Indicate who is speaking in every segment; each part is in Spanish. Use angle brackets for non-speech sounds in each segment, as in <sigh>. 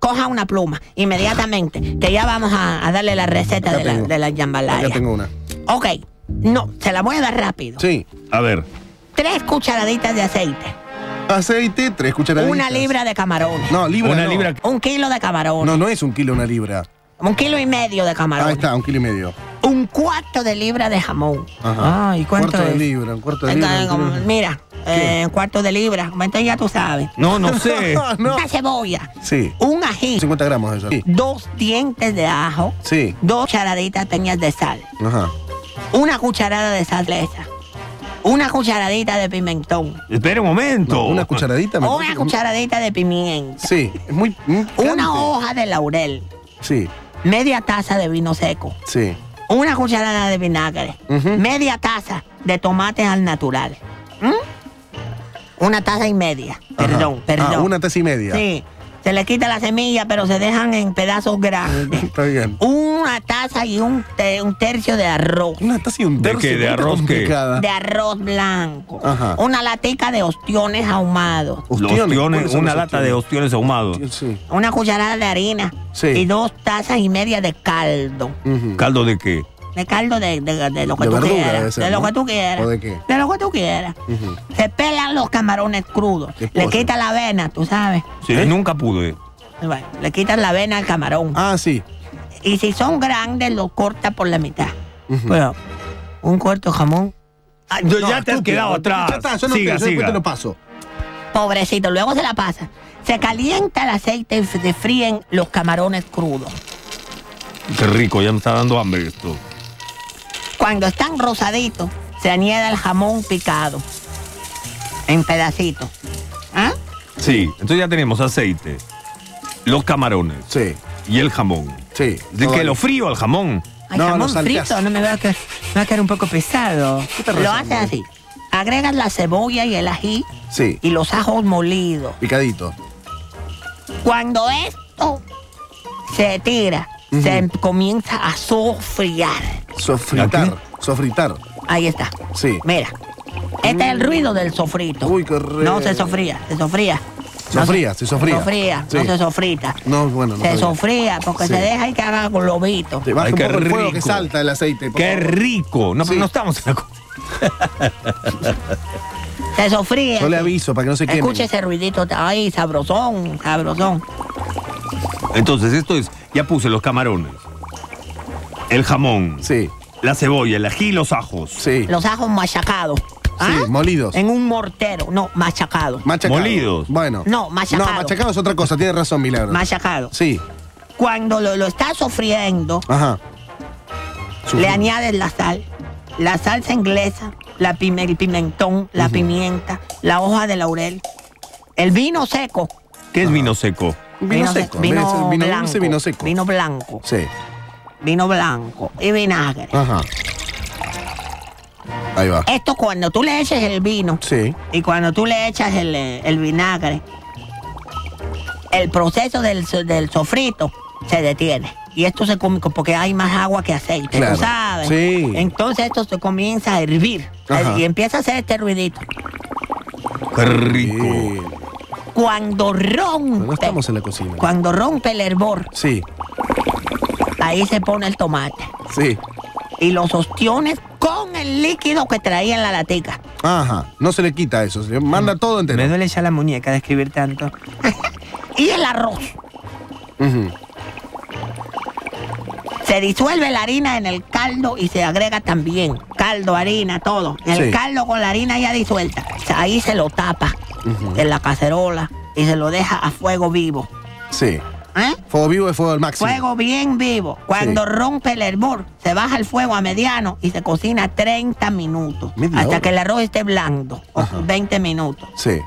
Speaker 1: coja una pluma inmediatamente, que ya vamos a, a darle la receta
Speaker 2: Acá
Speaker 1: de la,
Speaker 2: tengo.
Speaker 1: de la
Speaker 2: Acá
Speaker 1: jambalaya.
Speaker 2: tengo una.
Speaker 1: Ok, no, se la voy a dar rápido.
Speaker 2: Sí.
Speaker 3: A ver.
Speaker 1: Tres cucharaditas de aceite,
Speaker 2: Aceite, tres cucharaditas.
Speaker 1: una libra de camarones,
Speaker 2: No, libra.
Speaker 3: Una
Speaker 2: no.
Speaker 3: libra.
Speaker 1: un kilo de camarones,
Speaker 2: No, no es un kilo una libra.
Speaker 1: un kilo y medio de
Speaker 2: Ahí
Speaker 1: camarones,
Speaker 2: está, un kilo y medio.
Speaker 1: un cuarto de libra de jamón.
Speaker 2: Ajá.
Speaker 1: Ah, ¿y cuánto
Speaker 2: cuarto
Speaker 1: es?
Speaker 2: de libra, un cuarto de libra.
Speaker 1: Entonces,
Speaker 2: un kilo
Speaker 1: como,
Speaker 2: y medio.
Speaker 1: mira, eh, cuarto de libra, entonces ya tú sabes.
Speaker 3: No, no <laughs> sé.
Speaker 2: Ah, <laughs> no.
Speaker 1: Una cebolla,
Speaker 2: Sí.
Speaker 1: un ají,
Speaker 2: 50 gramos de eso. Sí.
Speaker 1: dos dientes de ajo,
Speaker 2: Sí.
Speaker 1: dos cucharaditas pequeñas de sal,
Speaker 2: Ajá.
Speaker 1: una cucharada de salsa, una cucharadita de pimentón,
Speaker 3: Espera un momento.
Speaker 2: No, una cucharadita. me
Speaker 1: Oh, una
Speaker 2: parece que-
Speaker 1: cucharadita de pimienta,
Speaker 2: Sí. Es muy. muy picante.
Speaker 1: una hoja de laurel,
Speaker 2: Sí.
Speaker 1: media taza de vino seco,
Speaker 2: Sí.
Speaker 1: una cucharada de vinagre,
Speaker 2: Ujú.
Speaker 1: media taza de tomates al natural, ¿Mm? una taza y media,
Speaker 2: Ajá.
Speaker 1: perdón, perdón.
Speaker 2: Ah, una taza y media.
Speaker 1: Sí, se le quita la semilla, pero se dejan en pedazos grandes.
Speaker 2: <laughs> <laughs> Está bien.
Speaker 1: Una taza y un, te- un tercio de arroz.
Speaker 2: Una taza y un
Speaker 3: ¿De
Speaker 2: tercio.
Speaker 3: qué? ¿De
Speaker 2: ¿Por está
Speaker 3: arroz qué?
Speaker 2: complicada?
Speaker 1: De arroz blanco.
Speaker 2: Ah. Ajá.
Speaker 1: Una latica de ostiones ahumados.
Speaker 3: Los
Speaker 2: Ostiones,
Speaker 3: ostiones,
Speaker 2: ¿cuáles son
Speaker 3: una
Speaker 2: los
Speaker 3: lata de ostiones ahumados.
Speaker 2: ostiones? Sí.
Speaker 1: Una cucharada de harina.
Speaker 2: Sí.
Speaker 1: Y dos tazas y media de caldo.
Speaker 2: Ujú.
Speaker 3: ¿Caldo de qué?
Speaker 1: De caldo de, de- de lo que
Speaker 2: De
Speaker 1: tú
Speaker 2: verdura debe
Speaker 1: quieras.
Speaker 2: ser,
Speaker 1: de lo
Speaker 2: ¿no?
Speaker 1: que tú quieras.
Speaker 2: ¿O de qué?
Speaker 1: De lo que tú quieras.
Speaker 2: Ujú.
Speaker 1: Se pelan los camarones crudos.
Speaker 2: De
Speaker 1: Le
Speaker 2: pollo.
Speaker 1: quita la avena, tú sabes.
Speaker 3: Sí, Eh, Nunca pude.
Speaker 1: Bueno, le quitan la avena al camarón.
Speaker 2: Ah, sí.
Speaker 1: Y si son grandes, los corta por la mitad.
Speaker 2: Ujú.
Speaker 1: Bueno, un cuarto de jamón.
Speaker 3: Ah, yo-
Speaker 2: No,
Speaker 3: ya te has
Speaker 2: estúpido.
Speaker 3: quedado atrás.
Speaker 2: Ya está, yo no
Speaker 3: siga,
Speaker 2: quiero, yo después
Speaker 3: siga.
Speaker 2: te lo paso.
Speaker 1: Pobrecito, luego se la pasa. Se calienta el aceite y se fríen los camarones crudos.
Speaker 3: Qué rico, ya me está dando hambre esto.
Speaker 1: Cuando están rosaditos, se añade el jamón picado en pedacitos. ¿Ah?
Speaker 3: Sí, entonces ya tenemos aceite, los camarones
Speaker 2: Sí,
Speaker 3: y el jamón.
Speaker 2: sí.
Speaker 3: ¿De
Speaker 2: Todo
Speaker 3: que
Speaker 2: ahí.
Speaker 3: lo frío al jamón?
Speaker 1: Ay,
Speaker 2: No, lo
Speaker 1: jamón
Speaker 2: salteas.
Speaker 1: frito, no me va a, quedar, me va a quedar un poco pesado.
Speaker 2: ¿Qué te
Speaker 1: Lo
Speaker 2: rezan,
Speaker 1: haces
Speaker 2: madre?
Speaker 1: así. Agregas la cebolla y el ají
Speaker 2: Sí,
Speaker 1: y los ajos molidos.
Speaker 2: picadito.
Speaker 1: Cuando esto se tira, se comienza a sofriar.
Speaker 2: Sofritar. Sofritar.
Speaker 1: Ahí está.
Speaker 2: Sí.
Speaker 1: Mira. Este es el ruido del sofrito.
Speaker 2: Uy, qué re-
Speaker 1: No, se sofría, se sofría.
Speaker 2: Sofría, se sofría.
Speaker 1: Sofría, no
Speaker 2: Sí.
Speaker 1: se sofrita.
Speaker 2: No, bueno, no.
Speaker 1: se
Speaker 2: sabía.
Speaker 1: sofría porque
Speaker 2: Sí.
Speaker 1: se deja y que haga globito.
Speaker 2: Te baja
Speaker 3: Ay,
Speaker 2: un
Speaker 3: qué
Speaker 2: poco el fuego
Speaker 3: rico.
Speaker 2: que salta el aceite. por
Speaker 3: ¡Qué
Speaker 2: favor.
Speaker 3: rico! No, pero
Speaker 2: Sí.
Speaker 3: no estamos en la co-
Speaker 1: Se sofría.
Speaker 2: Yo le aviso para que no se queme.
Speaker 1: Escuche ese ruidito. Ay, sabrosón, sabrosón.
Speaker 3: Entonces, esto es, ya puse los camarones, el jamón,
Speaker 2: Sí,
Speaker 3: la cebolla, el ají y los ajos.
Speaker 2: sí.
Speaker 1: Los ajos machacados. ¿ah?
Speaker 2: Sí, molidos.
Speaker 1: En un mortero. No, machacado.
Speaker 2: Machacados.
Speaker 3: Molidos.
Speaker 2: Bueno.
Speaker 1: No, machacado.
Speaker 2: No, machacado es otra cosa. Tienes razón, Milagro.
Speaker 1: machacado.
Speaker 2: Sí,
Speaker 1: Cuando lo, lo está sofriendo,
Speaker 2: ajá.
Speaker 1: Le
Speaker 2: Sufrí.
Speaker 1: añades la sal, la salsa inglesa, la pime- el pimentón, la pimienta, la hoja de laurel, el vino seco.
Speaker 3: ¿Qué es vino seco?
Speaker 2: Vino seco.
Speaker 1: Vino,
Speaker 2: Vino, vino
Speaker 1: blanco,
Speaker 2: dulce, vino seco.
Speaker 1: Vino blanco,
Speaker 2: Sí,
Speaker 1: vino blanco y vinagre.
Speaker 2: ajá. Ahí va.
Speaker 1: Esto cuando tú le eches el vino
Speaker 2: Sí.
Speaker 1: y cuando tú le echas el, eh, el vinagre, el proceso del, so- del sofrito se detiene. Y esto se come porque hay más agua que aceite,
Speaker 2: Claro.
Speaker 1: ¿tú sabes?
Speaker 2: Sí.
Speaker 1: Entonces esto se comienza a hervir eh,
Speaker 2: Ajá.
Speaker 1: y empieza a hacer este ruidito.
Speaker 3: ¡Qué rico!
Speaker 2: Bien.
Speaker 1: Cuando rompe.
Speaker 2: No estamos en la cocina.
Speaker 1: Cuando rompe el hervor,
Speaker 2: Sí,
Speaker 1: ahí se pone el tomate.
Speaker 2: sí.
Speaker 1: Y los ostiones con el líquido que traía en la latica.
Speaker 2: Ajá. No se le quita eso. Se le
Speaker 3: Mm.
Speaker 2: manda todo entero.
Speaker 1: duele ya la muñeca de escribir tanto. y el arroz.
Speaker 2: Ujú.
Speaker 1: Se disuelve la harina en el caldo y se agrega también caldo, harina, todo. El
Speaker 2: Sí.
Speaker 1: caldo con la harina ya disuelta. Ahí se lo tapa en la cacerola y se lo deja a fuego vivo.
Speaker 2: Sí.
Speaker 1: ¿Eh?
Speaker 2: Fuego vivo es fuego al máximo.
Speaker 1: Fuego bien vivo. Cuando rompe el hervor, se baja el fuego a mediano y se cocina 30 minutos.
Speaker 2: Media
Speaker 1: hasta
Speaker 2: hora.
Speaker 1: que el arroz esté blando. o
Speaker 2: Ajá.
Speaker 1: 20 minutos.
Speaker 2: Sí.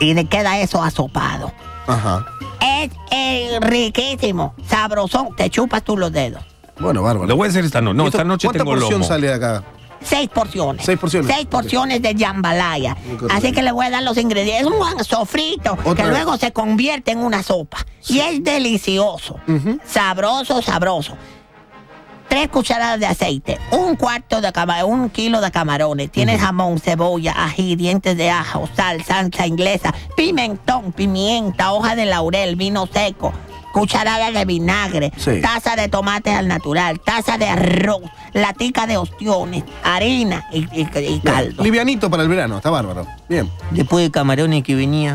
Speaker 1: Y le queda eso asopado.
Speaker 2: Ajá.
Speaker 1: Es eh, riquísimo, sabrosón. Te chupas tú los dedos.
Speaker 2: Bueno, bárbaro.
Speaker 3: Lo voy a hacer esta noche.
Speaker 2: ¿Y
Speaker 3: No,
Speaker 2: esto-
Speaker 3: esta noche
Speaker 2: ¿Cuánta
Speaker 3: tengo lomo.
Speaker 2: porción sale de acá?
Speaker 1: Seis porciones.
Speaker 2: Seis porciones.
Speaker 1: Seis porciones de jambalaya.
Speaker 2: Muy correcto.
Speaker 1: Así que le voy a dar los ingredientes. Es un buen sofrito
Speaker 2: Otra
Speaker 1: que
Speaker 2: vez.
Speaker 1: luego se convierte en una sopa. Y es delicioso.
Speaker 2: Ujú.
Speaker 1: Sabroso, sabroso. Tres cucharadas de aceite, un cuarto de cama- un kilo de camarones. Tiene jamón, cebolla, ají, dientes de ajo, sal, salsa inglesa, pimentón, pimienta, hoja de laurel, vino seco, cucharada de vinagre,
Speaker 2: Sí.
Speaker 1: taza de tomate al natural, taza de arroz, latica de ostiones, harina y, y- y
Speaker 2: Bien,
Speaker 1: caldo.
Speaker 2: Livianito para el verano, está bárbaro. Bien.
Speaker 1: Después de camarones que venía,